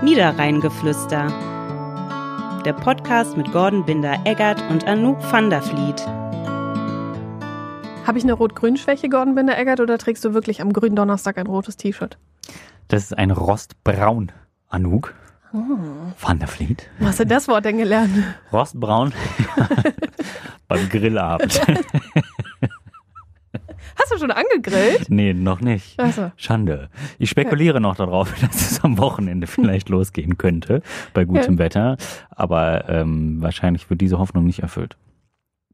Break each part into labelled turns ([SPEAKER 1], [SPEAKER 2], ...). [SPEAKER 1] Niederrheingeflüster. Der Podcast mit Gordon Binder-Eggert und Anouk van der Vliet.
[SPEAKER 2] Habe ich eine Rot-Grün-Schwäche, Gordon Binder-Eggert, oder trägst du wirklich am grünen Donnerstag ein rotes T-Shirt?
[SPEAKER 3] Das ist ein Rostbraun, Anouk.
[SPEAKER 2] Oh.
[SPEAKER 3] Van der Vliet.
[SPEAKER 2] Wo hast du das Wort denn gelernt?
[SPEAKER 3] Rostbraun beim Grillabend.
[SPEAKER 2] Hast du schon angegrillt?
[SPEAKER 3] nee, noch nicht.
[SPEAKER 2] Also,
[SPEAKER 3] Schande. Ich spekuliere noch darauf, dass es am Wochenende vielleicht losgehen könnte, bei gutem Wetter. Aber ähm, wahrscheinlich wird diese Hoffnung nicht erfüllt.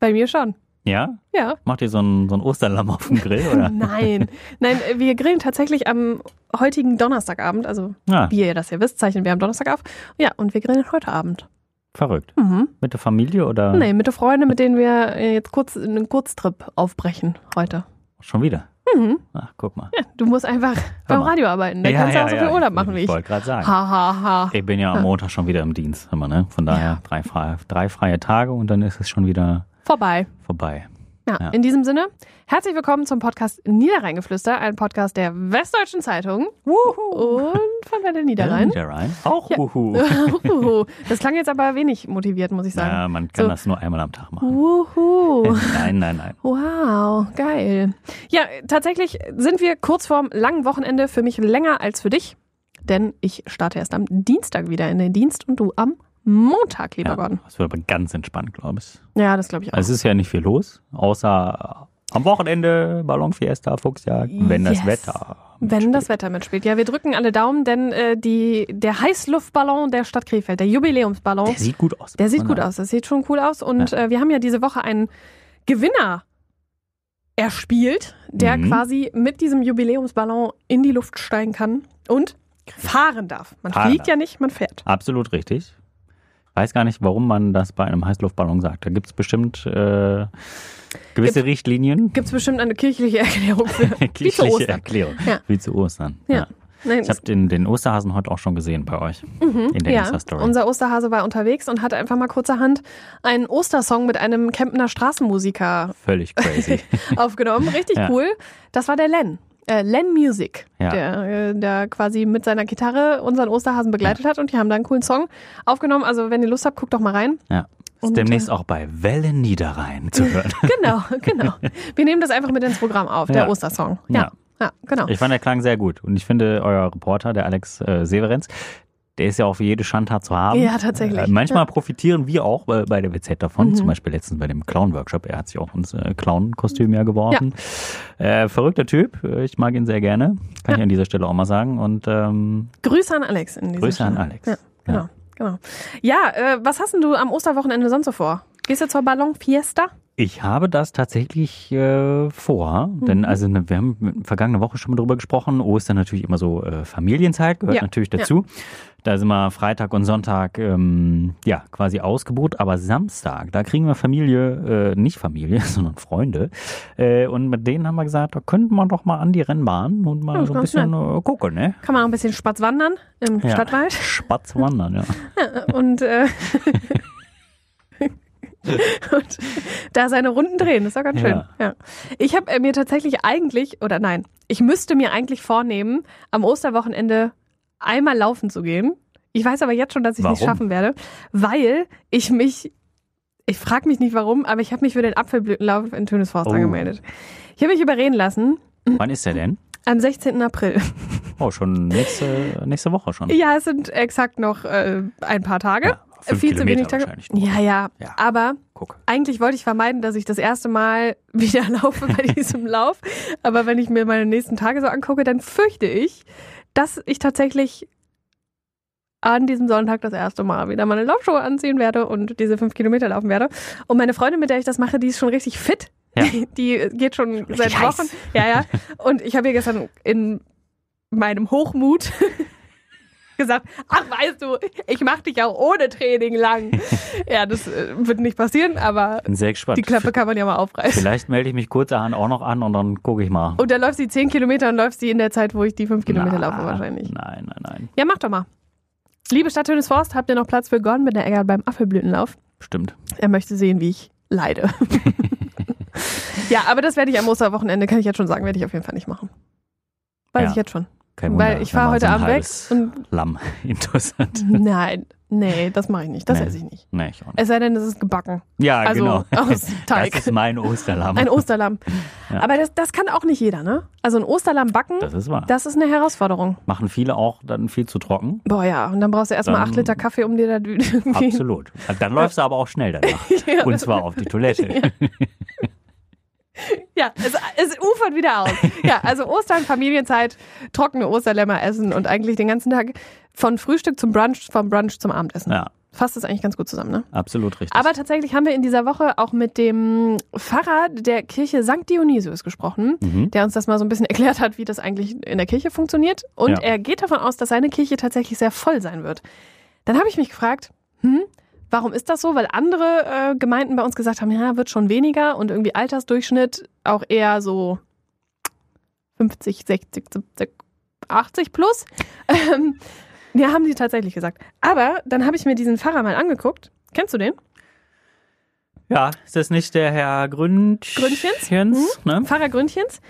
[SPEAKER 2] bei mir schon.
[SPEAKER 3] Ja?
[SPEAKER 2] Ja.
[SPEAKER 3] Macht ihr so ein, so ein Osterlamm auf dem Grill, oder?
[SPEAKER 2] Nein. Nein, äh, wir grillen tatsächlich am heutigen Donnerstagabend. Also,
[SPEAKER 3] Ja,
[SPEAKER 2] wie ihr das ja wisst, zeichnen wir am Donnerstag auf. Ja, und wir grillen heute Abend.
[SPEAKER 3] verrückt.
[SPEAKER 2] Mhm.
[SPEAKER 3] Mit der Familie oder
[SPEAKER 2] Nee, mit den Freunden, mit denen wir äh, jetzt kurz einen Kurztrip aufbrechen heute.
[SPEAKER 3] schon wieder?
[SPEAKER 2] Mhm.
[SPEAKER 3] Ach, guck mal.
[SPEAKER 2] Du musst einfach beim
[SPEAKER 3] mal.
[SPEAKER 2] Radio arbeiten. Da kannst du auch so viel Urlaub machen wie
[SPEAKER 3] Ich
[SPEAKER 2] ich. Ha,
[SPEAKER 3] wollte gerade sagen.
[SPEAKER 2] ha, ha.
[SPEAKER 3] Ich bin ja am Montag schon wieder im Dienst, immer, ne? Von daher
[SPEAKER 2] Ah. Ja.
[SPEAKER 3] drei, freie, drei freie Tage und dann ist es schon wieder
[SPEAKER 2] Vorbei.
[SPEAKER 3] vorbei.
[SPEAKER 2] Ja,
[SPEAKER 3] Ja.
[SPEAKER 2] in diesem Sinne, herzlich willkommen zum Podcast Niederrheingeflüster, ein Podcast der Westdeutschen Zeitung und von der Niederrhein.
[SPEAKER 3] Niederrhein. Auch
[SPEAKER 2] Ja.
[SPEAKER 3] Uhu.
[SPEAKER 2] Uhu. Das klang jetzt aber wenig motiviert, muss ich sagen.
[SPEAKER 3] Ja, man kann
[SPEAKER 2] So.
[SPEAKER 3] das nur einmal am Tag machen. Äh,
[SPEAKER 2] Uhu.
[SPEAKER 3] Nein, nein, nein.
[SPEAKER 2] Wow, geil. Ja, tatsächlich sind wir kurz vorm langen Wochenende, für mich länger als für dich, denn ich starte erst am Dienstag wieder in den Dienst und du am Montag, lieber
[SPEAKER 3] Ja,
[SPEAKER 2] Gordon.
[SPEAKER 3] das wird aber ganz entspannt, glaube ich.
[SPEAKER 2] Ja, das glaube ich auch.
[SPEAKER 3] Also es ist ja nicht viel los, außer äh, am Wochenende Ballonfiesta, Fuchsjagd, wenn das
[SPEAKER 2] Yes.
[SPEAKER 3] Wetter.
[SPEAKER 2] Wenn das Wetter mitspielt. Ja, wir drücken alle Daumen, denn äh, die, der Heißluftballon der Stadt Krefeld, der Jubiläumsballon,
[SPEAKER 3] Der
[SPEAKER 2] der sieht,
[SPEAKER 3] sieht gut aus. muss man
[SPEAKER 2] gut
[SPEAKER 3] sagen.
[SPEAKER 2] aus. Das sieht schon cool aus. Und äh, wir haben ja diese Woche einen Gewinner erspielt, der
[SPEAKER 3] Mhm.
[SPEAKER 2] quasi mit diesem Jubiläumsballon in die Luft steigen kann und fahren darf. Man
[SPEAKER 3] Fahren
[SPEAKER 2] fliegt
[SPEAKER 3] darf.
[SPEAKER 2] ja nicht, man fährt.
[SPEAKER 3] Absolut richtig. Weiß gar nicht, warum man das bei einem Heißluftballon sagt. Da gibt es bestimmt äh, gewisse
[SPEAKER 2] Gibt-
[SPEAKER 3] Richtlinien.
[SPEAKER 2] Gibt es bestimmt eine kirchliche Erklärung für. Wie zu
[SPEAKER 3] Kirchliche
[SPEAKER 2] Ostern.
[SPEAKER 3] Erklärung.
[SPEAKER 2] Ja.
[SPEAKER 3] Wie zu Ostern.
[SPEAKER 2] Ja. Nein,
[SPEAKER 3] Ich habe den, den Osterhasen heute auch schon gesehen bei euch in der Insta-Story.
[SPEAKER 2] Mhm. unser Osterhase war unterwegs und hat einfach mal kurzerhand einen Ostersong mit einem Kempner Straßenmusiker
[SPEAKER 3] Völlig crazy.
[SPEAKER 2] aufgenommen. Richtig
[SPEAKER 3] Ja.
[SPEAKER 2] cool. Das war der Len. Äh, Len Music,
[SPEAKER 3] Ja.
[SPEAKER 2] der, äh, der quasi mit seiner Gitarre unseren Osterhasen begleitet hat und die haben da einen coolen Song aufgenommen. Also wenn ihr Lust habt, guckt doch mal rein.
[SPEAKER 3] ja. Ist
[SPEAKER 2] Und, äh,
[SPEAKER 3] demnächst auch bei Wellen Niederrhein zu hören.
[SPEAKER 2] Genau, genau. Wir nehmen das einfach mit ins Programm auf, der
[SPEAKER 3] Ja.
[SPEAKER 2] Ostersong. Ja. ja.
[SPEAKER 3] Ja.
[SPEAKER 2] genau.
[SPEAKER 3] Ich fand, der klang sehr gut. Und ich finde, euer Reporter, der Alex äh, Severenz, der ist ja auch für jede Schandtat zu haben.
[SPEAKER 2] Ja, Mhm. tatsächlich.
[SPEAKER 3] Äh, manchmal profitieren wir auch bei, bei der WZ davon. Zum Beispiel letztens bei dem Clown-Workshop. Er hat sich auch ins äh, Clown-Kostüm ja geworfen. Äh, verrückter Typ. Äh, Ich mag ihn sehr gerne. Kann ich an dieser Stelle auch mal sagen. Und ähm,
[SPEAKER 2] Grüße an Alex. In diesem
[SPEAKER 3] Grüße an
[SPEAKER 2] Sinne.
[SPEAKER 3] Alex.
[SPEAKER 2] Ja, genau.
[SPEAKER 3] Ja.
[SPEAKER 2] genau. ja äh, was hast denn du am Osterwochenende sonst so vor? Gehst du zur Ballon-Fiesta?
[SPEAKER 3] Ich habe das tatsächlich äh, vor,
[SPEAKER 2] Mhm.
[SPEAKER 3] denn also ne, wir haben mit- vergangene Woche schon mal drüber gesprochen. Ostern natürlich immer so äh, Familienzeit gehört
[SPEAKER 2] Ja,
[SPEAKER 3] natürlich
[SPEAKER 2] ja.
[SPEAKER 3] dazu. Da sind wir Freitag und Sonntag ähm, ja quasi Ausgebot, aber Samstag da kriegen wir Familie, äh, nicht Familie, sondern Freunde äh, und mit denen haben wir gesagt, da könnten wir doch mal an die Rennbahn und mal
[SPEAKER 2] Ja,
[SPEAKER 3] so ein
[SPEAKER 2] ganz
[SPEAKER 3] bisschen äh, gucken, ne?
[SPEAKER 2] Kann man auch ein bisschen Spatz wandern im
[SPEAKER 3] Ja.
[SPEAKER 2] Stadtwald?
[SPEAKER 3] Spatz wandern, ja.
[SPEAKER 2] und, äh, und da seine Runden drehen. Das ist doch ganz schön. Ja.
[SPEAKER 3] Ja.
[SPEAKER 2] Ich habe äh, mir tatsächlich eigentlich, oder nein, ich müsste mir eigentlich vornehmen, am Osterwochenende einmal laufen zu gehen. Ich weiß aber jetzt schon, dass ich es nicht
[SPEAKER 3] Warum?
[SPEAKER 2] schaffen werde, weil ich mich, ich frage mich nicht warum, aber ich habe mich für den Apfelblütenlauf in Tönesforst
[SPEAKER 3] Oh.
[SPEAKER 2] angemeldet. Ich habe mich überreden lassen
[SPEAKER 3] Wann ist der denn?
[SPEAKER 2] am 16. April.
[SPEAKER 3] Oh, schon nächste, nächste Woche schon.
[SPEAKER 2] Ja, es sind exakt noch äh, ein paar Tage.
[SPEAKER 3] Ja, fünf
[SPEAKER 2] Viel zu
[SPEAKER 3] Kilometer
[SPEAKER 2] wenig Tage.
[SPEAKER 3] wahrscheinlich nur.
[SPEAKER 2] Ja, ja,
[SPEAKER 3] Ja.
[SPEAKER 2] Aber
[SPEAKER 3] Guck.
[SPEAKER 2] eigentlich wollte ich vermeiden, dass ich das erste Mal wieder laufe bei diesem Lauf. Aber wenn ich mir meine nächsten Tage so angucke, dann fürchte ich, dass ich tatsächlich an diesem Sonntag das erste Mal wieder meine Laufschuhe anziehen werde und diese fünf Kilometer laufen werde. Und meine Freundin, mit der ich das mache, die ist schon richtig fit.
[SPEAKER 3] Ja.
[SPEAKER 2] Die geht schon
[SPEAKER 3] Richtig
[SPEAKER 2] seit
[SPEAKER 3] heiß.
[SPEAKER 2] Wochen. Ja, ja. Und ich habe ihr gestern in meinem Hochmut gesagt, ach weißt du, ich mache dich auch ohne Training lang. ja, das äh, wird nicht passieren, aber
[SPEAKER 3] Bin sehr gespannt.
[SPEAKER 2] die Klappe kann man ja mal aufreißen.
[SPEAKER 3] Vielleicht melde ich mich kurzerhand auch noch an und dann gucke ich mal.
[SPEAKER 2] Und dann läuft sie 10 Kilometer und läuft sie in der Zeit, wo ich die 5 Kilometer
[SPEAKER 3] Na,
[SPEAKER 2] laufe wahrscheinlich.
[SPEAKER 3] Nein, nein, nein.
[SPEAKER 2] Ja, mach doch mal. Liebe Stadt Tönesforst, habt ihr noch Platz für Gordon mit der Eggert beim Apfelblütenlauf?
[SPEAKER 3] Stimmt.
[SPEAKER 2] Er möchte sehen, wie ich leide. ja, aber das werde ich am Osterwochenende, kann ich jetzt schon sagen, werde ich auf jeden Fall nicht machen. Weiß
[SPEAKER 3] Ja.
[SPEAKER 2] ich jetzt schon.
[SPEAKER 3] Kein Wunder,
[SPEAKER 2] Weil ich fahr heute Abend weg
[SPEAKER 3] und
[SPEAKER 2] und- Mhm.
[SPEAKER 3] Lamm. Interessant.
[SPEAKER 2] Nein, nee, das mache ich nicht. Das
[SPEAKER 3] Nee.
[SPEAKER 2] esse ich nicht.
[SPEAKER 3] Nee, ich auch nicht.
[SPEAKER 2] Es sei denn, es ist gebacken.
[SPEAKER 3] Ja,
[SPEAKER 2] also
[SPEAKER 3] genau.
[SPEAKER 2] aus Teig.
[SPEAKER 3] Das ist mein Osterlamm.
[SPEAKER 2] Ein Osterlamm.
[SPEAKER 3] Ja.
[SPEAKER 2] Aber das, das kann auch nicht jeder, ne? Also ein Osterlamm backen,
[SPEAKER 3] das ist wahr.
[SPEAKER 2] das ist eine Herausforderung.
[SPEAKER 3] Machen viele auch dann viel zu trocken.
[SPEAKER 2] Boah ja, und dann brauchst du erstmal
[SPEAKER 3] Dann-
[SPEAKER 2] acht Liter Kaffee, um dir da irgendwie
[SPEAKER 3] Absolut. Also Dann läufst du aber auch schnell danach.
[SPEAKER 2] Ja.
[SPEAKER 3] Und zwar auf die Toilette.
[SPEAKER 2] Ja, es, es ufert wieder aus. Ja, also Ostern, Familienzeit, trockene Osterlämmer essen und eigentlich den ganzen Tag von Frühstück zum Brunch, vom Brunch zum Abendessen.
[SPEAKER 3] Ja,
[SPEAKER 2] Fasst das eigentlich ganz gut zusammen, ne?
[SPEAKER 3] absolut richtig.
[SPEAKER 2] Aber tatsächlich haben wir in dieser Woche auch mit dem Pfarrer der Kirche St. Dionysius gesprochen,
[SPEAKER 3] Mhm.
[SPEAKER 2] der uns das mal so ein bisschen erklärt hat, wie das eigentlich in der Kirche funktioniert. Und
[SPEAKER 3] Ja.
[SPEAKER 2] er geht davon aus, dass seine Kirche tatsächlich sehr voll sein wird. Dann habe ich mich gefragt, hm, warum ist das so? Weil andere äh, Gemeinden bei uns gesagt haben, ja, wird schon weniger und irgendwie Altersdurchschnitt auch eher so 50, 60, 70, 80 plus. Ähm, ja, haben die tatsächlich gesagt. Aber dann habe ich mir diesen Pfarrer mal angeguckt. Kennst du den?
[SPEAKER 3] ja, ist das nicht der Herr Grünch
[SPEAKER 2] Grünchens?
[SPEAKER 3] Jens, ne?
[SPEAKER 2] Pfarrer Grünchens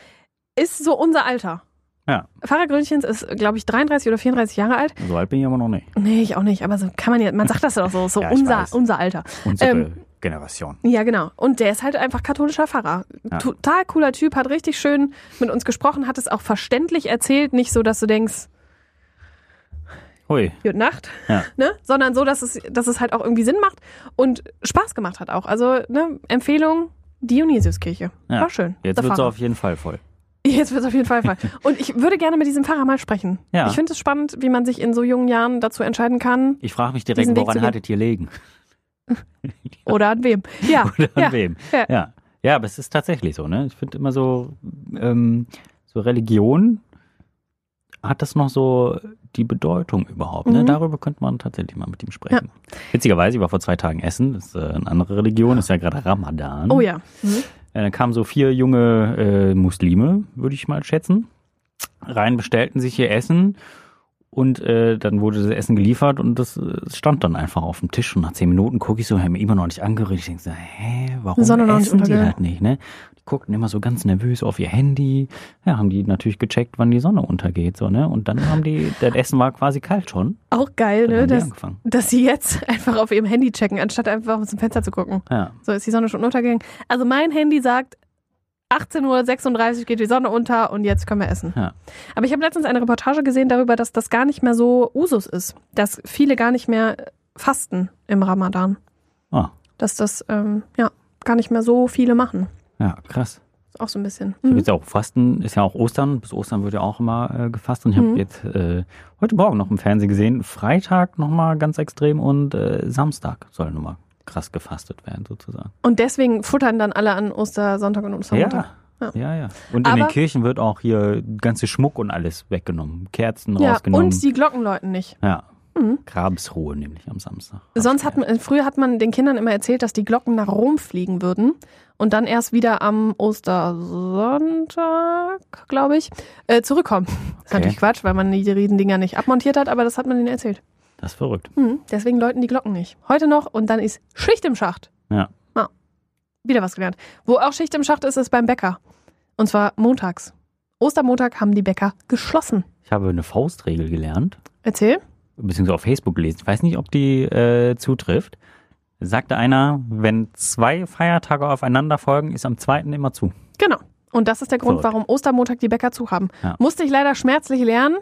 [SPEAKER 2] ist so unser Alter.
[SPEAKER 3] Ja.
[SPEAKER 2] Pfarrer Grünchens ist, glaube ich, 33 oder 34 Jahre alt.
[SPEAKER 3] So alt bin ich aber noch nicht.
[SPEAKER 2] Nee, ich auch nicht, aber so kann man ja, man sagt das doch so, so
[SPEAKER 3] Ja, ich
[SPEAKER 2] unser,
[SPEAKER 3] weiß.
[SPEAKER 2] unser Alter.
[SPEAKER 3] Unsere
[SPEAKER 2] Ähm,
[SPEAKER 3] Generation.
[SPEAKER 2] Ja, genau. Und der ist halt einfach katholischer Pfarrer.
[SPEAKER 3] Ja.
[SPEAKER 2] Total cooler Typ, hat richtig schön mit uns gesprochen, hat es auch verständlich erzählt, nicht so, dass du denkst,
[SPEAKER 3] Hui.
[SPEAKER 2] Gute Nacht,
[SPEAKER 3] Ja.
[SPEAKER 2] ne? sondern so, dass es, dass es halt auch irgendwie Sinn macht und Spaß gemacht hat auch. Also ne? Empfehlung, Dionysiuskirche.
[SPEAKER 3] Ja.
[SPEAKER 2] War schön.
[SPEAKER 3] Jetzt
[SPEAKER 2] Der
[SPEAKER 3] wird es
[SPEAKER 2] Pfarrer.
[SPEAKER 3] auf jeden Fall voll.
[SPEAKER 2] Jetzt wird es auf jeden Fall Fall. Und ich würde gerne mit diesem Pfarrer mal sprechen.
[SPEAKER 3] Ja.
[SPEAKER 2] Ich finde es spannend, wie man sich in so jungen Jahren dazu entscheiden kann.
[SPEAKER 3] Ich frage mich direkt,
[SPEAKER 2] Diesen Weg
[SPEAKER 3] woran
[SPEAKER 2] zu gehen.
[SPEAKER 3] hattet ihr legen?
[SPEAKER 2] Oder an wem. Ja.
[SPEAKER 3] Oder an
[SPEAKER 2] ja.
[SPEAKER 3] wem?
[SPEAKER 2] Ja.
[SPEAKER 3] ja. Ja, aber es ist tatsächlich so, ne? Ich finde immer so, ähm, so Religion hat das noch so die Bedeutung überhaupt, ne?
[SPEAKER 2] Mhm.
[SPEAKER 3] Darüber könnte man tatsächlich mal mit ihm sprechen. Witzigerweise, ich war vor zwei Tagen Essen, das ist äh, eine andere Religion, ist ja gerade Ramadan.
[SPEAKER 2] Oh ja. Mhm.
[SPEAKER 3] Äh, Dann kamen so vier junge äh, Muslime, würde ich mal schätzen, rein, bestellten sich ihr Essen und äh, dann wurde das Essen geliefert und das äh, es stand dann einfach auf dem Tisch und nach zehn Minuten gucke ich so, haben immer noch nicht angerührt. Ich denke so, hä, warum
[SPEAKER 2] Sonne noch nicht
[SPEAKER 3] essen die
[SPEAKER 2] untergegangen.
[SPEAKER 3] halt nicht, ne? Die guckten immer so ganz nervös auf ihr Handy. Ja, haben die natürlich gecheckt, wann die Sonne untergeht, so, ne? Und dann haben die, das Essen war quasi kalt schon.
[SPEAKER 2] Auch geil,
[SPEAKER 3] Dann
[SPEAKER 2] ne?
[SPEAKER 3] haben die
[SPEAKER 2] Dass,
[SPEAKER 3] angefangen.
[SPEAKER 2] dass sie jetzt einfach auf ihrem Handy checken, anstatt einfach aus dem Fenster zu gucken.
[SPEAKER 3] Ja.
[SPEAKER 2] So ist die Sonne schon untergegangen. Also mein Handy sagt, 18.36 Uhr geht die Sonne unter und jetzt können wir essen.
[SPEAKER 3] Ja.
[SPEAKER 2] Aber ich habe letztens eine Reportage gesehen darüber, dass das gar nicht mehr so Usus ist. Dass viele gar nicht mehr fasten im Ramadan.
[SPEAKER 3] Ah,
[SPEAKER 2] Dass das, ähm, ja, gar nicht mehr so viele machen.
[SPEAKER 3] ja, krass.
[SPEAKER 2] Ist auch so ein bisschen.
[SPEAKER 3] Ich habe
[SPEAKER 2] Mhm.
[SPEAKER 3] jetzt auch Fasten, ist ja auch Ostern, bis Ostern wird ja auch immer äh, gefasst. Und ich habe
[SPEAKER 2] Mhm.
[SPEAKER 3] jetzt äh, heute Morgen noch im Fernsehen gesehen, Freitag nochmal ganz extrem und äh, Samstag soll nochmal krass gefastet werden sozusagen.
[SPEAKER 2] Und deswegen futtern dann alle an Ostersonntag und um Ostermontag.
[SPEAKER 3] ja,
[SPEAKER 2] Ja.
[SPEAKER 3] ja, ja. Und in
[SPEAKER 2] Aber-
[SPEAKER 3] den Kirchen wird auch hier ganze Schmuck und alles weggenommen, Kerzen rausgenommen.
[SPEAKER 2] und die Glocken läuten nicht.
[SPEAKER 3] ja,
[SPEAKER 2] Mhm.
[SPEAKER 3] Grabesruhe nämlich am Samstag.
[SPEAKER 2] Sonst hat man, früher hat man den Kindern immer erzählt, dass die Glocken nach Rom fliegen würden und dann erst wieder am Ostersonntag, glaube ich, äh, zurückkommen. Das ist
[SPEAKER 3] Okay.
[SPEAKER 2] natürlich Quatsch, weil man die Riesendinger nicht abmontiert hat, aber das hat man ihnen erzählt.
[SPEAKER 3] Das ist verrückt.
[SPEAKER 2] Mhm. Deswegen läuten die Glocken nicht. Heute noch und dann ist Schicht im Schacht.
[SPEAKER 3] Ja.
[SPEAKER 2] Ah, wieder was gelernt. Wo auch Schicht im Schacht ist, ist beim Bäcker. Und zwar montags. Ostermontag haben die Bäcker geschlossen.
[SPEAKER 3] Ich habe eine Faustregel gelernt.
[SPEAKER 2] Erzähl.
[SPEAKER 3] beziehungsweise auf Facebook gelesen. Ich weiß nicht, ob die äh, zutrifft. Sagte einer, wenn zwei Feiertage aufeinander folgen, ist am zweiten immer zu.
[SPEAKER 2] Genau. Und das ist der Grund,
[SPEAKER 3] Verrückt.
[SPEAKER 2] warum Ostermontag die Bäcker zu haben.
[SPEAKER 3] Ja.
[SPEAKER 2] Musste ich leider schmerzlich lernen.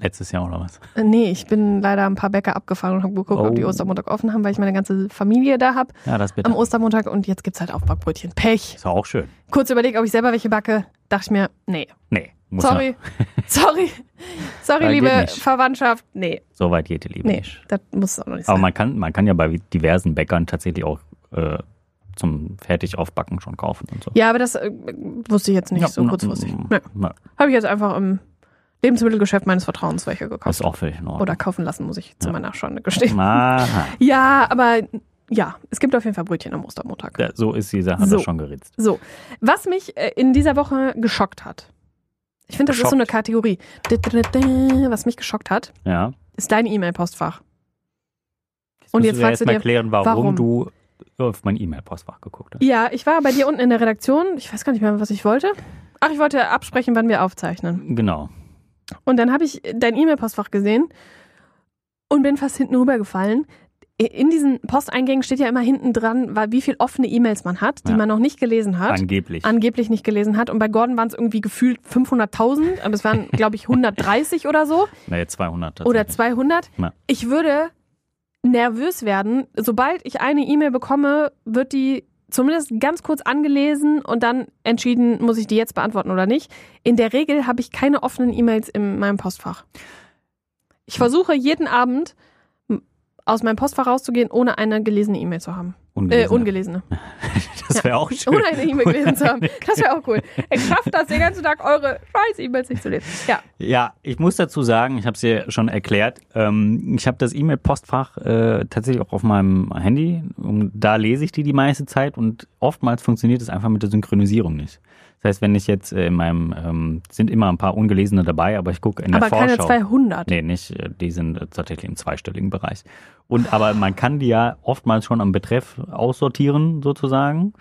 [SPEAKER 3] Letztes Jahr oder was?
[SPEAKER 2] Äh, Nee, ich bin leider ein paar Bäcker abgefahren und habe geguckt,
[SPEAKER 3] Oh.
[SPEAKER 2] ob die Ostermontag offen haben, weil ich meine ganze Familie da habe
[SPEAKER 3] Ja, das bitte.
[SPEAKER 2] am Ostermontag und jetzt gibt's halt Aufbackbrötchen. Pech.
[SPEAKER 3] Ist auch schön.
[SPEAKER 2] Kurz überlegt, ob ich selber welche backe, dachte ich mir, nee,
[SPEAKER 3] Nee, muss
[SPEAKER 2] sorry, sorry, sorry,
[SPEAKER 3] Ja, geht
[SPEAKER 2] liebe
[SPEAKER 3] nicht.
[SPEAKER 2] Verwandtschaft, nee,
[SPEAKER 3] Ja, so weit geht die Liebe
[SPEAKER 2] nee,
[SPEAKER 3] nicht.
[SPEAKER 2] das muss auch noch nicht
[SPEAKER 3] Aber
[SPEAKER 2] sein.
[SPEAKER 3] man kann, man kann ja bei diversen Bäckern tatsächlich auch äh, zum Fertigaufbacken schon kaufen und so.
[SPEAKER 2] Ja, aber das äh, wusste ich jetzt nicht
[SPEAKER 3] Ja,
[SPEAKER 2] so
[SPEAKER 3] na,
[SPEAKER 2] kurzfristig.
[SPEAKER 3] mm,
[SPEAKER 2] Nee.
[SPEAKER 3] na,
[SPEAKER 2] Habe ich jetzt einfach im Lebensmittelgeschäft meines Vertrauens welche gekauft.
[SPEAKER 3] Ist auch völlig in Ordnung.
[SPEAKER 2] Oder kaufen lassen, muss ich zu
[SPEAKER 3] Ja.
[SPEAKER 2] meiner Schande gestehen.
[SPEAKER 3] Aha.
[SPEAKER 2] Ja, aber ja, es gibt auf jeden Fall Brötchen am Ostermontag.
[SPEAKER 3] Ja, So ist die Sache
[SPEAKER 2] So.
[SPEAKER 3] das schon geritzt.
[SPEAKER 2] So, was mich äh, in dieser Woche geschockt hat. Ich finde, das ist so eine Kategorie. Da, da, da, da, Was mich geschockt hat,
[SPEAKER 3] Ja.
[SPEAKER 2] ist dein E-Mail-Postfach.
[SPEAKER 3] Jetzt
[SPEAKER 2] Und
[SPEAKER 3] musst
[SPEAKER 2] jetzt
[SPEAKER 3] du mir
[SPEAKER 2] fragst du
[SPEAKER 3] erst mal
[SPEAKER 2] dir,
[SPEAKER 3] erklären, warum,
[SPEAKER 2] warum?
[SPEAKER 3] du auf mein E-Mail-Postfach geguckt hast.
[SPEAKER 2] Ja, ich war bei dir unten in der Redaktion. Ich weiß gar nicht mehr, was ich wollte. Ach, ich wollte absprechen, wann wir aufzeichnen.
[SPEAKER 3] Genau.
[SPEAKER 2] Und dann habe ich dein E-Mail-Postfach gesehen und bin fast hinten rübergefallen. In diesen Posteingängen steht ja immer hinten dran, weil- wie viel offene E-Mails man hat, die
[SPEAKER 3] Ja.
[SPEAKER 2] man noch nicht gelesen hat.
[SPEAKER 3] Angeblich.
[SPEAKER 2] angeblich nicht gelesen hat. Und bei Gordon waren es irgendwie gefühlt 500.000, aber es waren, glaube ich, 130 oder so
[SPEAKER 3] nee, 200.
[SPEAKER 2] oder
[SPEAKER 3] tatsächlich.
[SPEAKER 2] 200.
[SPEAKER 3] Ja.
[SPEAKER 2] Ich würde nervös werden. Sobald ich eine E-Mail bekomme, wird die zumindest ganz kurz angelesen und dann entschieden, muss ich die jetzt beantworten oder nicht. In der Regel habe ich keine offenen E-Mails in meinem Postfach. Ich versuche jeden Abend m, aus meinem Postfach rauszugehen, ohne eine gelesene E-Mail zu haben. Äh,
[SPEAKER 3] Ungelesene.
[SPEAKER 2] ungelesene.
[SPEAKER 3] Das wäre auch schön.
[SPEAKER 2] Ohne eine E-Mail gelesen zu haben. Das wäre auch cool. Ich schaffe das den ganzen Tag, eure scheiß E-Mails nicht zu lesen. Ja,
[SPEAKER 3] Ja, ich muss dazu sagen, ich habe es dir schon erklärt, ähm, ich habe das E-Mail-Postfach äh, tatsächlich auch auf meinem Handy und da lese ich die die meiste Zeit und oftmals funktioniert es einfach mit der Synchronisierung nicht. Das heißt, wenn ich jetzt äh, in meinem, ähm, sind immer ein paar ungelesene dabei, aber ich gucke in
[SPEAKER 2] aber
[SPEAKER 3] der Vorschau.
[SPEAKER 2] keine 200.
[SPEAKER 3] Nee, nicht. äh, Die sind äh, tatsächlich im zweistelligen Bereich. Und aber man kann die ja oftmals schon am Betreff aussortieren, sozusagen.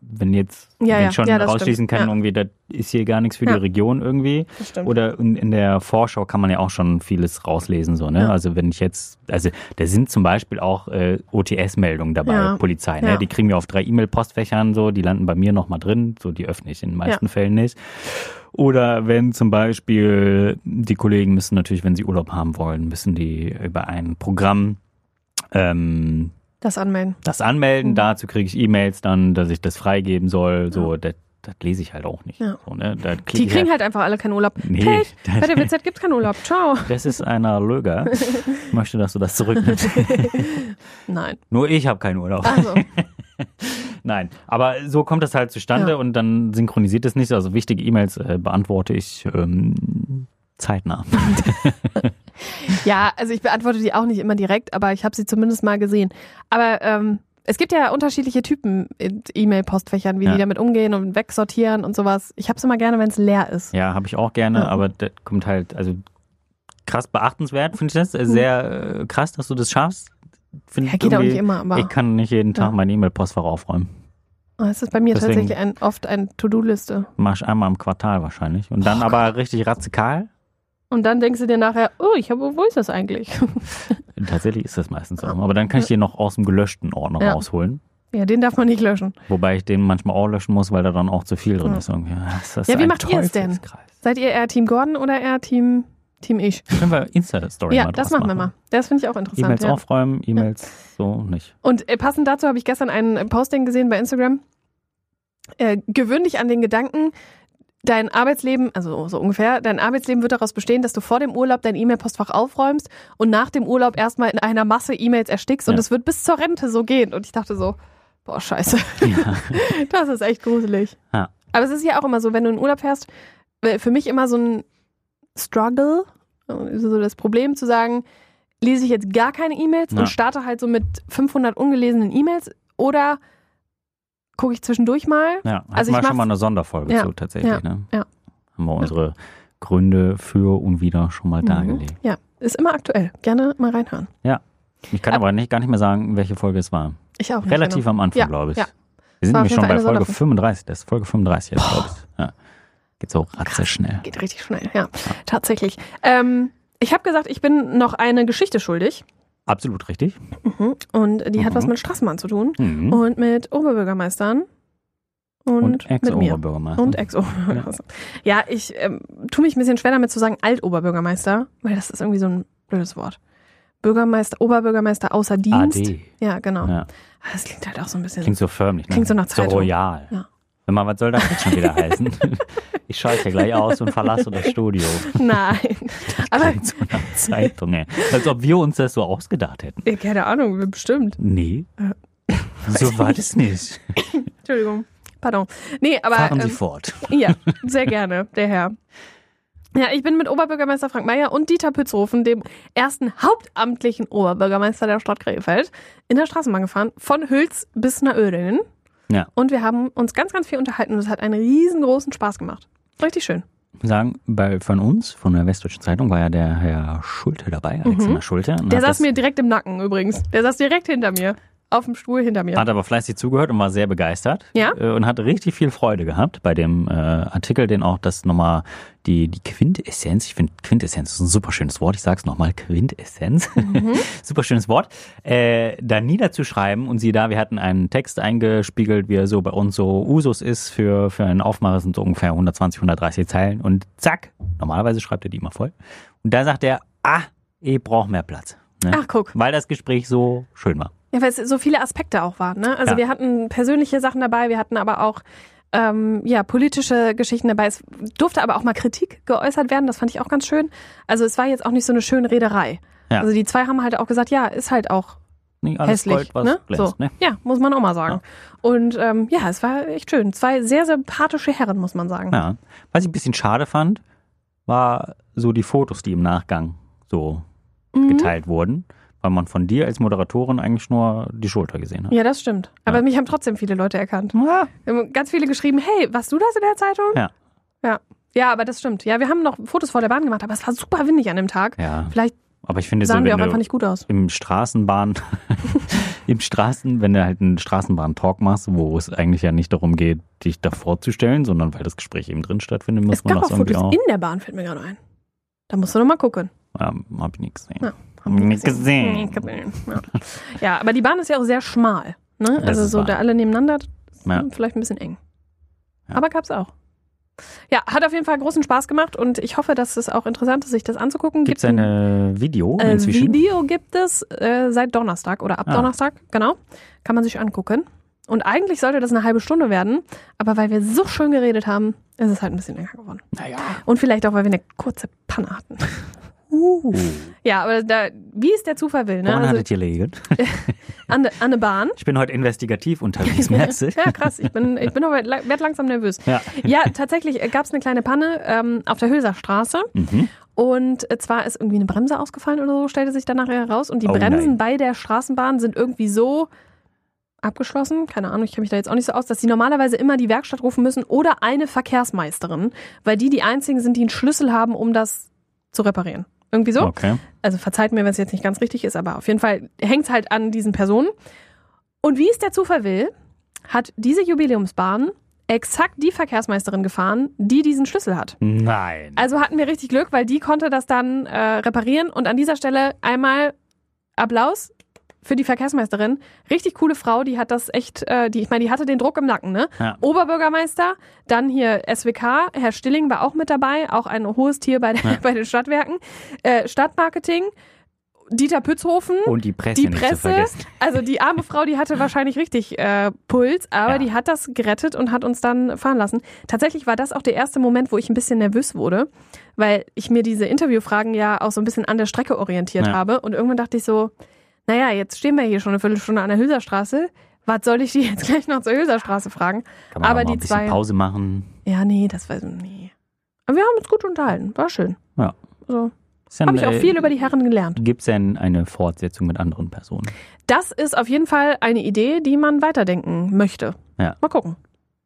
[SPEAKER 3] Wenn jetzt
[SPEAKER 2] Ja,
[SPEAKER 3] wenn
[SPEAKER 2] ja.
[SPEAKER 3] ich schon
[SPEAKER 2] Ja, das
[SPEAKER 3] rausschließen
[SPEAKER 2] stimmt.
[SPEAKER 3] kann,
[SPEAKER 2] Ja.
[SPEAKER 3] irgendwie, das ist hier gar nichts für
[SPEAKER 2] Ja.
[SPEAKER 3] die Region irgendwie.
[SPEAKER 2] Das stimmt.
[SPEAKER 3] Oder in, in der Vorschau kann man ja auch schon vieles rauslesen, so, ne?
[SPEAKER 2] Ja.
[SPEAKER 3] Also wenn ich jetzt, also da sind zum Beispiel auch äh, OTS-Meldungen dabei,
[SPEAKER 2] Ja.
[SPEAKER 3] Polizei, ne?
[SPEAKER 2] Ja.
[SPEAKER 3] Die kriegen wir auf drei E-Mail-Postfächern so, die landen bei mir nochmal drin, so die öffne ich in den meisten Fällen nicht. Oder wenn zum Beispiel die Kollegen müssen natürlich, wenn sie Urlaub haben wollen, müssen die über ein Programm ähm,
[SPEAKER 2] Das anmelden.
[SPEAKER 3] das anmelden.
[SPEAKER 2] Mhm.
[SPEAKER 3] Dazu kriege ich E-Mails dann, dass ich das freigeben soll. So, das, das lese ich halt auch nicht.
[SPEAKER 2] Ja.
[SPEAKER 3] So, ne? da klick
[SPEAKER 2] Die
[SPEAKER 3] ich
[SPEAKER 2] kriegen
[SPEAKER 3] halt,
[SPEAKER 2] halt einfach alle keinen Urlaub.
[SPEAKER 3] Nee.
[SPEAKER 2] Kate, bei der WZ gibt keinen Urlaub. Ciao.
[SPEAKER 3] das ist einer Löger. Ich möchte, dass du das zurücknimmst.
[SPEAKER 2] Nein.
[SPEAKER 3] Nur ich habe keinen Urlaub.
[SPEAKER 2] Also,
[SPEAKER 3] Nein, aber so kommt das halt zustande
[SPEAKER 2] Ja.
[SPEAKER 3] und dann synchronisiert es nicht. Also wichtige E-Mails äh, beantworte ich ähm, zeitnah.
[SPEAKER 2] ja, also ich beantworte die auch nicht immer direkt, aber ich habe sie zumindest mal gesehen. Aber ähm, es gibt ja unterschiedliche Typen in E-Mail-Postfächern, wie
[SPEAKER 3] Ja.
[SPEAKER 2] die damit umgehen und wegsortieren und sowas. Ich habe es immer gerne, wenn es leer ist.
[SPEAKER 3] Ja, habe ich auch gerne,
[SPEAKER 2] Ja.
[SPEAKER 3] aber das kommt halt, also krass beachtenswert, finde ich das. Äh, Sehr äh, krass, dass du das schaffst. Find
[SPEAKER 2] Hm. Ja, geht auch nicht
[SPEAKER 3] irgendwie-
[SPEAKER 2] immer, aber
[SPEAKER 3] Ich kann nicht jeden Tag
[SPEAKER 2] Ja.
[SPEAKER 3] mein E-Mail-Postfach aufräumen.
[SPEAKER 2] oh, es ist bei mir
[SPEAKER 3] Deswegen-
[SPEAKER 2] tatsächlich ein, oft eine To-Do-Liste.
[SPEAKER 3] Mach ich einmal im Quartal wahrscheinlich. Und
[SPEAKER 2] Oh
[SPEAKER 3] dann aber richtig radikal.
[SPEAKER 2] Und dann denkst du dir nachher, oh, ich habe, wo ist das eigentlich?
[SPEAKER 3] Tatsächlich ist das meistens so. Aber dann kann ich den noch aus dem gelöschten Ordner
[SPEAKER 2] Ja.
[SPEAKER 3] rausholen.
[SPEAKER 2] ja, den darf man nicht löschen.
[SPEAKER 3] Wobei ich den manchmal auch löschen muss, weil da dann auch zu viel drin
[SPEAKER 2] Ja.
[SPEAKER 3] ist. Irgendwie. Das ist
[SPEAKER 2] Ja, wie
[SPEAKER 3] ein
[SPEAKER 2] macht ihr es denn?
[SPEAKER 3] Teufelskreis.
[SPEAKER 2] Seid ihr eher Team Gordon oder eher Team, Team ich?
[SPEAKER 3] Können wir Insta-Story
[SPEAKER 2] Ja,
[SPEAKER 3] mal
[SPEAKER 2] das
[SPEAKER 3] draus
[SPEAKER 2] machen wir mal.
[SPEAKER 3] machen.
[SPEAKER 2] Das finde ich auch interessant.
[SPEAKER 3] E-Mails
[SPEAKER 2] Ja.
[SPEAKER 3] aufräumen, E-Mails so nicht.
[SPEAKER 2] Und äh, passend dazu habe ich gestern ein äh, Posting gesehen bei Instagram. Äh, gewöhn dich an den Gedanken, dein Arbeitsleben, also so ungefähr, dein Arbeitsleben wird daraus bestehen, dass du vor dem Urlaub dein E-Mail-Postfach aufräumst und nach dem Urlaub erstmal in einer Masse E-Mails erstickst und
[SPEAKER 3] Ja.
[SPEAKER 2] es wird bis zur Rente so gehen. Und ich dachte so, boah, scheiße.
[SPEAKER 3] Ja.
[SPEAKER 2] Das ist echt gruselig.
[SPEAKER 3] Ja.
[SPEAKER 2] Aber es ist ja auch immer so, wenn du in Urlaub fährst, äh, für mich immer so ein Struggle, äh, so das Problem zu sagen, lese ich jetzt gar keine E-Mails
[SPEAKER 3] Ja.
[SPEAKER 2] und starte halt so mit 500 ungelesenen E-Mails oder gucke ich zwischendurch mal.
[SPEAKER 3] Ja, hatten
[SPEAKER 2] Also
[SPEAKER 3] wir
[SPEAKER 2] ich
[SPEAKER 3] schon mal
[SPEAKER 2] mach's-
[SPEAKER 3] eine Sonderfolge
[SPEAKER 2] Ja,
[SPEAKER 3] zu tatsächlich.
[SPEAKER 2] ja,
[SPEAKER 3] Ne?
[SPEAKER 2] ja. Mhm.
[SPEAKER 3] Haben wir unsere Gründe für und wieder schon mal dargelegt.
[SPEAKER 2] Ja, ist immer aktuell. Gerne mal reinhören.
[SPEAKER 3] Ich kann aber nicht, gar nicht mehr sagen, welche Folge es war.
[SPEAKER 2] Ich auch nicht. genau.
[SPEAKER 3] Relativ am Anfang,
[SPEAKER 2] Ja,
[SPEAKER 3] glaube ich.
[SPEAKER 2] ja.
[SPEAKER 3] Wir sind
[SPEAKER 2] War auf
[SPEAKER 3] nämlich
[SPEAKER 2] jeden
[SPEAKER 3] schon
[SPEAKER 2] Fall
[SPEAKER 3] bei
[SPEAKER 2] eine
[SPEAKER 3] Folge
[SPEAKER 2] Sonderfolge.
[SPEAKER 3] 35. Das ist Folge 35 jetzt, glaube ich. Ja. Geht
[SPEAKER 2] Oh
[SPEAKER 3] so ratze schnell.
[SPEAKER 2] Geht richtig schnell, ja. Tatsächlich. Ähm, ich habe gesagt, ich bin noch eine Geschichte schuldig
[SPEAKER 3] Absolut richtig.
[SPEAKER 2] mhm. und die hat
[SPEAKER 3] Mhm.
[SPEAKER 2] was mit Straßenbahn zu tun
[SPEAKER 3] Mhm.
[SPEAKER 2] und mit Oberbürgermeistern und, mit mir.
[SPEAKER 3] Ex-Oberbürgermeister.
[SPEAKER 2] Und Ex-Oberbürgermeister. Ja, ich ähm, tue mich ein bisschen schwer damit zu sagen Alt-Oberbürgermeister, weil das ist irgendwie so ein blödes Wort. Bürgermeister, Oberbürgermeister außer Dienst.
[SPEAKER 3] AD.
[SPEAKER 2] Ja, genau.
[SPEAKER 3] Ja.
[SPEAKER 2] Das klingt halt auch so ein bisschen.
[SPEAKER 3] Klingt so förmlich. Ne?
[SPEAKER 2] Klingt so nach
[SPEAKER 3] So
[SPEAKER 2] Zeitung.
[SPEAKER 3] royal.
[SPEAKER 2] Ja.
[SPEAKER 3] Wenn man, was soll das jetzt schon wieder heißen? Ich schalte gleich aus und verlasse das Studio.
[SPEAKER 2] Nein. Aber
[SPEAKER 3] Klingt so nach Zeitung, ey. Als ob wir uns das so ausgedacht hätten.
[SPEAKER 2] äh, keine Ahnung, bestimmt.
[SPEAKER 3] Nee.
[SPEAKER 2] Äh,
[SPEAKER 3] So war das nicht.
[SPEAKER 2] Entschuldigung. Pardon. Nee, aber.
[SPEAKER 3] Fahren Sie
[SPEAKER 2] ähm,
[SPEAKER 3] fort.
[SPEAKER 2] Ja, sehr gerne, der Herr. Ja, ich bin mit Oberbürgermeister Frank Meyer und Dieter Pützhofen, dem ersten hauptamtlichen Oberbürgermeister der Stadt Krefeld, in der Straßenbahn gefahren, von Hülz bis nach Oerdingen.
[SPEAKER 3] Ja.
[SPEAKER 2] Und wir haben uns ganz, ganz viel unterhalten und es hat einen riesengroßen Spaß gemacht. Richtig schön.
[SPEAKER 3] sagen, bei, von uns, von der Westdeutschen Zeitung, war ja der Herr Schulte dabei, Alexander Schulte. und
[SPEAKER 2] Mhm. Der
[SPEAKER 3] hat
[SPEAKER 2] saß
[SPEAKER 3] das-
[SPEAKER 2] mir direkt im Nacken übrigens. Der saß direkt hinter mir. auf dem Stuhl hinter mir.
[SPEAKER 3] Hat aber fleißig zugehört und war sehr begeistert.
[SPEAKER 2] Ja.
[SPEAKER 3] Äh, Und hat richtig viel Freude gehabt bei dem äh, Artikel, den auch das nochmal die, die Quintessenz, ich finde Quintessenz ist ein super schönes Wort, ich sag's nochmal, Quintessenz,
[SPEAKER 2] Mhm.
[SPEAKER 3] super schönes Wort, äh, da niederzuschreiben und sie da, wir hatten einen Text eingespiegelt, wie er so bei uns so Usus ist für, für einen Aufmacher, sind so ungefähr 120, 130 Zeilen und zack, normalerweise schreibt er die immer voll. Und da sagt er, ah, ich brauche mehr Platz. Ne?
[SPEAKER 2] Ach, guck.
[SPEAKER 3] Weil das Gespräch so schön war.
[SPEAKER 2] Ja, weil es so viele Aspekte auch waren. Ne? Also
[SPEAKER 3] Ja.
[SPEAKER 2] wir hatten persönliche Sachen dabei, wir hatten aber auch ähm, ja, politische Geschichten dabei. Es durfte aber auch mal Kritik geäußert werden, das fand ich auch ganz schön. Also es war jetzt auch nicht so eine schöne Rederei.
[SPEAKER 3] Ja.
[SPEAKER 2] Also die zwei haben halt auch gesagt, ja, ist halt auch
[SPEAKER 3] Nicht alles
[SPEAKER 2] hässlich.
[SPEAKER 3] Gold, was
[SPEAKER 2] ne?
[SPEAKER 3] glänzt,
[SPEAKER 2] so.
[SPEAKER 3] ne?
[SPEAKER 2] Ja, muss man auch mal sagen. Und ähm, ja, es war echt schön. Zwei sehr sympathische Herren, muss man sagen.
[SPEAKER 3] Ja. Was ich ein bisschen schade fand, war so die Fotos, die im Nachgang so
[SPEAKER 2] Mhm.
[SPEAKER 3] geteilt wurden, weil man von dir als Moderatorin eigentlich nur die Schulter gesehen hat.
[SPEAKER 2] Ja, das stimmt. Aber
[SPEAKER 3] Ja.
[SPEAKER 2] mich haben trotzdem viele Leute erkannt.
[SPEAKER 3] Ja.
[SPEAKER 2] Ganz viele geschrieben, hey, warst du das in der Zeitung?
[SPEAKER 3] Ja.
[SPEAKER 2] Ja, ja aber das stimmt. Ja, wir haben noch Fotos vor der Bahn gemacht, aber es war super windig an dem Tag.
[SPEAKER 3] ja.
[SPEAKER 2] Vielleicht
[SPEAKER 3] Aber ich finde, so,
[SPEAKER 2] sahen
[SPEAKER 3] wenn
[SPEAKER 2] wir auch
[SPEAKER 3] du
[SPEAKER 2] einfach nicht gut aus.
[SPEAKER 3] im Straßenbahn, im Straßen, wenn du halt einen Straßenbahn-Talk machst, wo es eigentlich ja nicht darum geht, dich da vorzustellen, sondern weil das Gespräch eben drin stattfindet, muss
[SPEAKER 2] Es
[SPEAKER 3] man
[SPEAKER 2] gab
[SPEAKER 3] das
[SPEAKER 2] auch
[SPEAKER 3] irgendwie
[SPEAKER 2] Fotos
[SPEAKER 3] auch.
[SPEAKER 2] in der Bahn, fällt mir gerade ein. Da musst du noch mal gucken.
[SPEAKER 3] Ähm, hab ich nichts gesehen.
[SPEAKER 2] Ja,
[SPEAKER 3] Hab ich nicht gesehen.
[SPEAKER 2] Nicht gesehen. Hm, Ja. ja, aber die Bahn ist ja auch sehr schmal. Ne?
[SPEAKER 3] Das
[SPEAKER 2] Also
[SPEAKER 3] ist
[SPEAKER 2] so
[SPEAKER 3] wahr.
[SPEAKER 2] da alle nebeneinander, das ist
[SPEAKER 3] Ja.
[SPEAKER 2] hm, vielleicht ein bisschen eng.
[SPEAKER 3] Ja.
[SPEAKER 2] Aber gab's auch. Ja, hat auf jeden Fall großen Spaß gemacht und ich hoffe, dass es auch interessant ist, sich das anzugucken.
[SPEAKER 3] Gibt es
[SPEAKER 2] ein-
[SPEAKER 3] ein Video
[SPEAKER 2] Äh,
[SPEAKER 3] inzwischen?
[SPEAKER 2] Video gibt es äh, seit Donnerstag oder ab
[SPEAKER 3] Ah.
[SPEAKER 2] Donnerstag, genau. Kann man sich angucken. Und eigentlich sollte das eine halbe Stunde werden, aber weil wir so schön geredet haben, ist es halt ein bisschen länger geworden.
[SPEAKER 3] Naja.
[SPEAKER 2] Und vielleicht auch, weil wir eine kurze Panne hatten.
[SPEAKER 3] Uh.
[SPEAKER 2] Ja, aber da, wie es der Zufall will, ne?
[SPEAKER 3] Woran
[SPEAKER 2] Also
[SPEAKER 3] hattet ihr gelegen?
[SPEAKER 2] an, de- an der Bahn.
[SPEAKER 3] Ich bin heute investigativ unterwegs, merkst du?
[SPEAKER 2] Ja, krass, ich bin, ich bin aber, werd langsam nervös.
[SPEAKER 3] Ja.
[SPEAKER 2] Ja, tatsächlich gab es eine kleine Panne ähm, auf der Hülser Straße.
[SPEAKER 3] Mhm.
[SPEAKER 2] Und äh, zwar ist irgendwie eine Bremse ausgefallen oder so, stellte sich dann nachher heraus. Und die
[SPEAKER 3] Oh
[SPEAKER 2] Bremsen
[SPEAKER 3] nein.
[SPEAKER 2] bei der Straßenbahn sind irgendwie so abgeschlossen, keine Ahnung, ich kenne mich da jetzt auch nicht so aus, dass sie normalerweise immer die Werkstatt rufen müssen oder eine Verkehrsmeisterin, weil die die einzigen sind, die einen Schlüssel haben, um das zu reparieren. Irgendwie so.
[SPEAKER 3] Okay.
[SPEAKER 2] Also verzeiht mir, wenn es jetzt nicht ganz richtig ist, aber auf jeden Fall hängt es halt an diesen Personen. Und wie es der Zufall will, hat diese Jubiläumsbahn exakt die Verkehrsmeisterin gefahren, die diesen Schlüssel hat.
[SPEAKER 3] Nein.
[SPEAKER 2] Also hatten wir richtig Glück, weil die konnte das dann äh, reparieren. Und an dieser Stelle einmal Applaus für die Verkehrsmeisterin. Richtig coole Frau, die hat das echt, äh, die, ich meine, die hatte den Druck im Nacken, ne?
[SPEAKER 3] Ja.
[SPEAKER 2] Oberbürgermeister, dann hier SWK, Herr Stilling war auch mit dabei, auch ein hohes Tier bei, der,
[SPEAKER 3] Ja.
[SPEAKER 2] bei den Stadtwerken. Äh, Stadtmarketing, Dieter Pützhofen.
[SPEAKER 3] Und die Presse
[SPEAKER 2] Also, die
[SPEAKER 3] nicht zu
[SPEAKER 2] Presse-
[SPEAKER 3] vergessen.
[SPEAKER 2] Also die arme Frau, die hatte wahrscheinlich richtig äh, Puls, aber
[SPEAKER 3] Ja.
[SPEAKER 2] die hat das gerettet und hat uns dann fahren lassen. Tatsächlich war das auch der erste Moment, wo ich ein bisschen nervös wurde, weil ich mir diese Interviewfragen ja auch so ein bisschen an der Strecke orientiert
[SPEAKER 3] Ja.
[SPEAKER 2] habe. Und irgendwann dachte ich so, naja, jetzt stehen wir hier schon eine Viertelstunde an der Hülserstraße. Was soll ich die jetzt gleich noch zur Hülserstraße fragen?
[SPEAKER 3] Kann man
[SPEAKER 2] aber
[SPEAKER 3] auch mal
[SPEAKER 2] die
[SPEAKER 3] ein bisschen
[SPEAKER 2] zwei-
[SPEAKER 3] Pause machen.
[SPEAKER 2] Ja, nee, das war so, nee. Aber wir haben uns gut unterhalten, war schön.
[SPEAKER 3] Ja.
[SPEAKER 2] So,
[SPEAKER 3] Ist ja
[SPEAKER 2] habe
[SPEAKER 3] ein,
[SPEAKER 2] ich auch
[SPEAKER 3] äh,
[SPEAKER 2] viel über die Herren gelernt.
[SPEAKER 3] Gibt's denn eine Fortsetzung mit anderen Personen?
[SPEAKER 2] Das ist auf jeden Fall eine Idee, die man weiterdenken möchte.
[SPEAKER 3] Ja.
[SPEAKER 2] Mal gucken.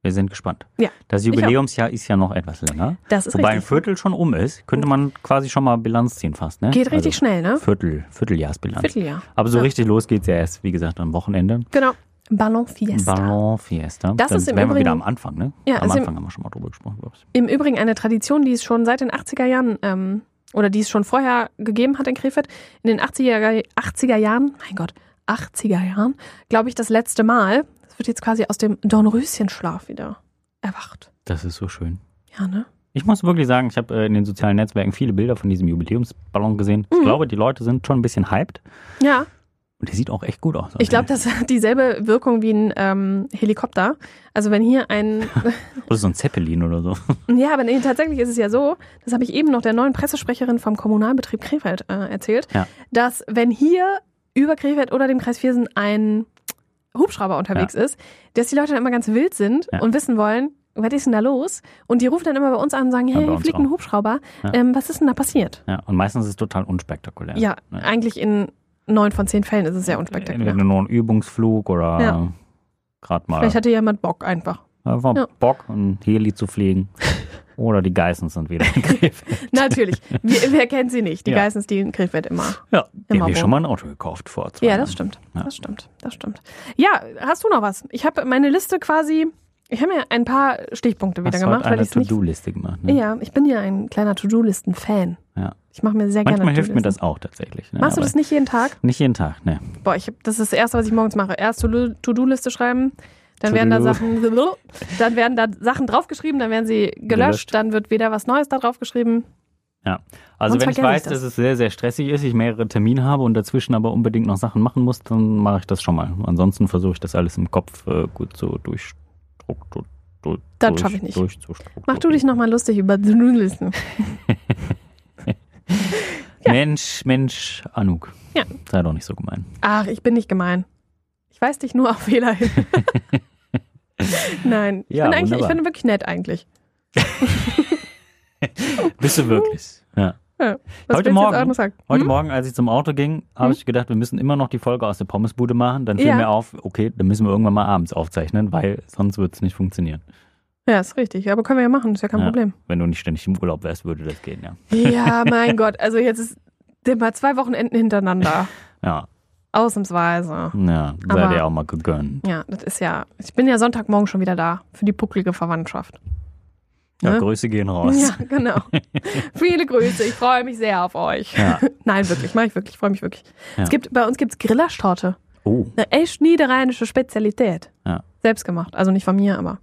[SPEAKER 3] Wir sind gespannt.
[SPEAKER 2] Ja,
[SPEAKER 3] Das
[SPEAKER 2] auch.
[SPEAKER 3] Jubiläumsjahr ist ja noch etwas länger.
[SPEAKER 2] Das ist
[SPEAKER 3] Wobei ein
[SPEAKER 2] richtig.
[SPEAKER 3] Viertel schon um ist, könnte man quasi schon mal Bilanz ziehen fast. Ne?
[SPEAKER 2] Geht richtig schnell, ne?
[SPEAKER 3] also Viertel, Vierteljahrsbilanz.
[SPEAKER 2] Vierteljahr.
[SPEAKER 3] Aber so
[SPEAKER 2] Ja.
[SPEAKER 3] richtig los geht's ja erst, wie gesagt, am Wochenende.
[SPEAKER 2] Genau. Ballon Fiesta.
[SPEAKER 3] Ballon Fiesta.
[SPEAKER 2] Das
[SPEAKER 3] Dann
[SPEAKER 2] ist im
[SPEAKER 3] wären wir wieder
[SPEAKER 2] Übrigen-
[SPEAKER 3] am Anfang, ne?
[SPEAKER 2] Ja,
[SPEAKER 3] am
[SPEAKER 2] ist im-
[SPEAKER 3] Anfang haben wir schon mal drüber gesprochen, glaube ich.
[SPEAKER 2] Im Übrigen eine Tradition, die es schon seit den 80er Jahren ähm, oder die es schon vorher gegeben hat in Krefeld. In den 80er, 80er Jahren, mein Gott, 80er Jahren, glaube ich, das letzte Mal. Das wird jetzt quasi aus dem Dornröschenschlaf wieder erwacht.
[SPEAKER 3] Das ist so schön.
[SPEAKER 2] Ja, ne?
[SPEAKER 3] Ich muss wirklich sagen, ich habe äh, in den sozialen Netzwerken viele Bilder von diesem Jubiläumsballon gesehen. Ich
[SPEAKER 2] Mhm.
[SPEAKER 3] glaube, die Leute sind schon ein bisschen hyped
[SPEAKER 2] Ja,
[SPEAKER 3] und der sieht auch echt gut aus. Also,
[SPEAKER 2] ich glaube, das hat dieselbe Wirkung wie ein ähm, Helikopter. Also wenn hier ein
[SPEAKER 3] Oder so ein Zeppelin oder so.
[SPEAKER 2] Ja, aber nee, tatsächlich ist es ja so, das habe ich eben noch der neuen Pressesprecherin vom Kommunalbetrieb Krefeld äh, erzählt,
[SPEAKER 3] Ja.
[SPEAKER 2] dass wenn hier über Krefeld oder dem Kreis Viersen ein Hubschrauber unterwegs ist, dass die Leute dann immer ganz wild sind
[SPEAKER 3] Ja.
[SPEAKER 2] und wissen wollen, was ist denn da los? Und die rufen dann immer bei uns an und sagen,
[SPEAKER 3] bei
[SPEAKER 2] hey, hier
[SPEAKER 3] uns
[SPEAKER 2] fliegt
[SPEAKER 3] auch.
[SPEAKER 2] ein Hubschrauber,
[SPEAKER 3] Ja.
[SPEAKER 2] ähm, was ist denn da passiert?
[SPEAKER 3] Ja, und meistens ist es total unspektakulär.
[SPEAKER 2] Ja,
[SPEAKER 3] Ja. genau.
[SPEAKER 2] eigentlich in neun von zehn Fällen ist es sehr
[SPEAKER 3] Entweder
[SPEAKER 2] unspektakulär.
[SPEAKER 3] nur ein Übungsflug oder
[SPEAKER 2] Ja.
[SPEAKER 3] gerade mal
[SPEAKER 2] Vielleicht hatte jemand Bock einfach.
[SPEAKER 3] einfach
[SPEAKER 2] Ja.
[SPEAKER 3] Bock, ein Heli zu fliegen. Oder die Geißens sind wieder in Krefeld.
[SPEAKER 2] Natürlich. Wer, wer kennt sie nicht? Die
[SPEAKER 3] Ja.
[SPEAKER 2] Geißens, die in Krefeld immer.
[SPEAKER 3] Ja, dem
[SPEAKER 2] Marburg.
[SPEAKER 3] wir schon mal ein Auto gekauft vor zwei
[SPEAKER 2] Ja,
[SPEAKER 3] Jahren.
[SPEAKER 2] das stimmt.
[SPEAKER 3] Ja.
[SPEAKER 2] Das stimmt. Das stimmt. Ja, hast du noch was? Ich habe meine Liste quasi, ich habe mir ein paar Stichpunkte wieder
[SPEAKER 3] Hast
[SPEAKER 2] gemacht,
[SPEAKER 3] heute
[SPEAKER 2] weil
[SPEAKER 3] eine
[SPEAKER 2] ich es nicht.
[SPEAKER 3] To-Do-Liste gemacht. Ne?
[SPEAKER 2] Ja, ich bin ja ein kleiner To-Do-Listen-Fan.
[SPEAKER 3] Ja.
[SPEAKER 2] Ich mache mir sehr
[SPEAKER 3] Manchmal
[SPEAKER 2] gerne
[SPEAKER 3] hilft mir
[SPEAKER 2] To-Do-Listen.
[SPEAKER 3] das auch tatsächlich. Ne?
[SPEAKER 2] Machst du
[SPEAKER 3] Aber
[SPEAKER 2] das nicht jeden Tag?
[SPEAKER 3] Nicht jeden Tag, ne.
[SPEAKER 2] Boah, ich, hab- das ist das Erste, was ich morgens mache. Erst To-Do- To-Do-Liste schreiben, dann werden da
[SPEAKER 3] To-Do.
[SPEAKER 2] Sachen, dann werden da Sachen draufgeschrieben, dann werden sie gelöscht,
[SPEAKER 3] Gelöscht.
[SPEAKER 2] dann wird wieder was Neues da draufgeschrieben.
[SPEAKER 3] Also
[SPEAKER 2] Sonst
[SPEAKER 3] wenn ich
[SPEAKER 2] vergesse ich
[SPEAKER 3] weiß,
[SPEAKER 2] das.
[SPEAKER 3] dass es sehr, sehr stressig ist, ich mehrere Termine habe und dazwischen aber unbedingt noch Sachen machen muss, dann mache ich das schon mal. Ansonsten versuche ich das alles im Kopf äh, gut so durchstrukturieren. Du,
[SPEAKER 2] Das
[SPEAKER 3] durch-
[SPEAKER 2] schaffe ich nicht.
[SPEAKER 3] durchzustrukturieren.
[SPEAKER 2] Mach du dich nochmal lustig über To-Do-Listen.
[SPEAKER 3] Mensch, Mensch, Anuk.
[SPEAKER 2] Ja.
[SPEAKER 3] Sei doch nicht so gemein.
[SPEAKER 2] Ach, ich bin nicht gemein. Ich weise dich nur auf Fehler hin. Nein, ich,
[SPEAKER 3] Ja,
[SPEAKER 2] bin eigentlich, ich
[SPEAKER 3] wunderbar.
[SPEAKER 2] bin wirklich nett eigentlich.
[SPEAKER 3] Bist du wirklich? Ja.
[SPEAKER 2] Was
[SPEAKER 3] Heute
[SPEAKER 2] willst du
[SPEAKER 3] Morgen-
[SPEAKER 2] jetzt auch noch sagen?
[SPEAKER 3] Heute
[SPEAKER 2] Hm?
[SPEAKER 3] Morgen, als ich zum Auto ging, habe ich gedacht, wir müssen immer noch die Folge aus der Pommesbude machen. Dann fiel
[SPEAKER 2] Ja.
[SPEAKER 3] mir auf, okay, dann müssen wir irgendwann mal abends aufzeichnen, weil sonst wird es nicht funktionieren.
[SPEAKER 2] Ja, ist richtig. Aber können wir ja machen, ist ja kein
[SPEAKER 3] Ja.
[SPEAKER 2] Problem.
[SPEAKER 3] Wenn du nicht ständig im Urlaub wärst, würde das gehen, ja.
[SPEAKER 2] Ja, mein Gott. Also jetzt ist mal zwei Wochenenden hintereinander.
[SPEAKER 3] Ja,
[SPEAKER 2] Ausnahmsweise.
[SPEAKER 3] ja sei
[SPEAKER 2] Aber-
[SPEAKER 3] dir auch mal gegönnt.
[SPEAKER 2] Ja, das ist ja. Ich bin ja Sonntagmorgen schon wieder da für die pucklige Verwandtschaft.
[SPEAKER 3] Ja,
[SPEAKER 2] Ne?
[SPEAKER 3] Grüße gehen raus.
[SPEAKER 2] Ja, genau. Viele Grüße. Ich freue mich sehr auf euch.
[SPEAKER 3] Ja.
[SPEAKER 2] Nein, wirklich. Mache ich wirklich. Ich freue mich wirklich.
[SPEAKER 3] Ja.
[SPEAKER 2] Es gibt, bei uns gibt es Grillerschtorte.
[SPEAKER 3] Oh,
[SPEAKER 2] Eine echt niederrheinische Spezialität.
[SPEAKER 3] Ja.
[SPEAKER 2] Selbst gemacht. Also nicht von mir, aber.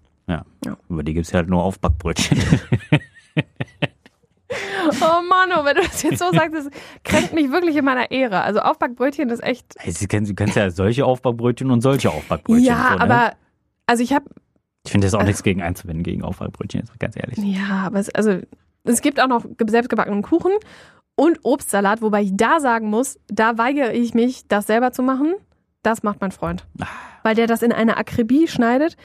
[SPEAKER 3] über die gibt es halt nur Aufbackbrötchen.
[SPEAKER 2] Oh Mann, oh, wenn du das jetzt so sagst, das kränkt mich wirklich in meiner Ehre. Also Aufbackbrötchen ist echt.
[SPEAKER 3] Hey, Sie kennen, du kennst ja solche Aufbackbrötchen und solche Aufbackbrötchen.
[SPEAKER 2] ja,
[SPEAKER 3] so, ne?
[SPEAKER 2] aber. äh, Also ich habe.
[SPEAKER 3] Ich finde das auch nichts gegen einzuwenden, gegen Aufbackbrötchen, jetzt mal ganz ehrlich.
[SPEAKER 2] Ja, aber es, also, es gibt auch noch ge- selbstgebackenen Kuchen und Obstsalat, wobei ich da sagen muss, da weigere ich mich, das selber zu machen. Das macht mein Freund.
[SPEAKER 3] Ah.
[SPEAKER 2] Weil der das in einer Akribie schneidet.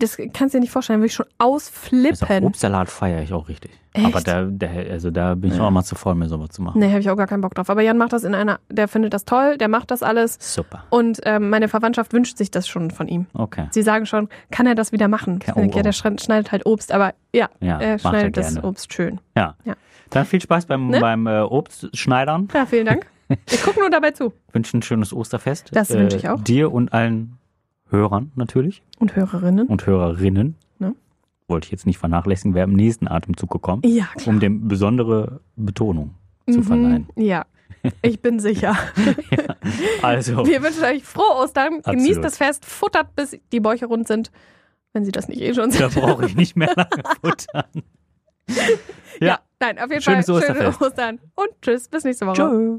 [SPEAKER 2] Das kannst du dir nicht vorstellen, würde ich schon
[SPEAKER 3] Also
[SPEAKER 2] ausflippen.
[SPEAKER 3] Obstsalat feiere ich auch richtig.
[SPEAKER 2] Echt? Ne.
[SPEAKER 3] Aber da, da, also da bin ich auch mal zu voll, mir sowas zu machen.
[SPEAKER 2] Nee, habe ich auch gar keinen Bock drauf. Aber Jan macht das in einer, der findet das toll, der macht das alles.
[SPEAKER 3] Super.
[SPEAKER 2] Und ähm, meine Verwandtschaft wünscht sich das schon von ihm.
[SPEAKER 3] Okay.
[SPEAKER 2] Sie sagen schon, kann er das wieder machen? Ich
[SPEAKER 3] Ja,
[SPEAKER 2] denke,
[SPEAKER 3] oh,
[SPEAKER 2] ja, der
[SPEAKER 3] oh.
[SPEAKER 2] schre- schneidet halt Obst, aber ja, er
[SPEAKER 3] Ja, Ah, macht er
[SPEAKER 2] schneidet das
[SPEAKER 3] gerne.
[SPEAKER 2] Obst schön.
[SPEAKER 3] Ja.
[SPEAKER 2] Ja.
[SPEAKER 3] Dann viel Spaß beim,
[SPEAKER 2] Ne?
[SPEAKER 3] beim äh, Obstschneidern.
[SPEAKER 2] Ja, vielen Dank. Ich gucke nur dabei zu.
[SPEAKER 3] Wünsche ein schönes Osterfest. äh,
[SPEAKER 2] Das wünsche ich auch.
[SPEAKER 3] Dir und allen Hörern natürlich
[SPEAKER 2] Und Hörerinnen.
[SPEAKER 3] und Hörerinnen.
[SPEAKER 2] Ne?
[SPEAKER 3] Wollte ich jetzt nicht vernachlässigen, wäre im nächsten Atemzug gekommen,
[SPEAKER 2] Ja, klar.
[SPEAKER 3] um dem besondere Betonung zu verleihen.
[SPEAKER 2] Mhm, ja, ich bin sicher.
[SPEAKER 3] Also,
[SPEAKER 2] Wir wünschen euch frohe Ostern.
[SPEAKER 3] Absolut.
[SPEAKER 2] Genießt das Fest, futtert, bis die Bäuche rund sind. Wenn sie das nicht eh schon sind.
[SPEAKER 3] da brauche ich nicht mehr lange futtern.
[SPEAKER 2] Ja,
[SPEAKER 3] ja.
[SPEAKER 2] nein, auf jeden
[SPEAKER 3] Schönes
[SPEAKER 2] Fall.
[SPEAKER 3] Osterfest.
[SPEAKER 2] Ostern. Und tschüss, bis nächste Woche.
[SPEAKER 3] Tschö.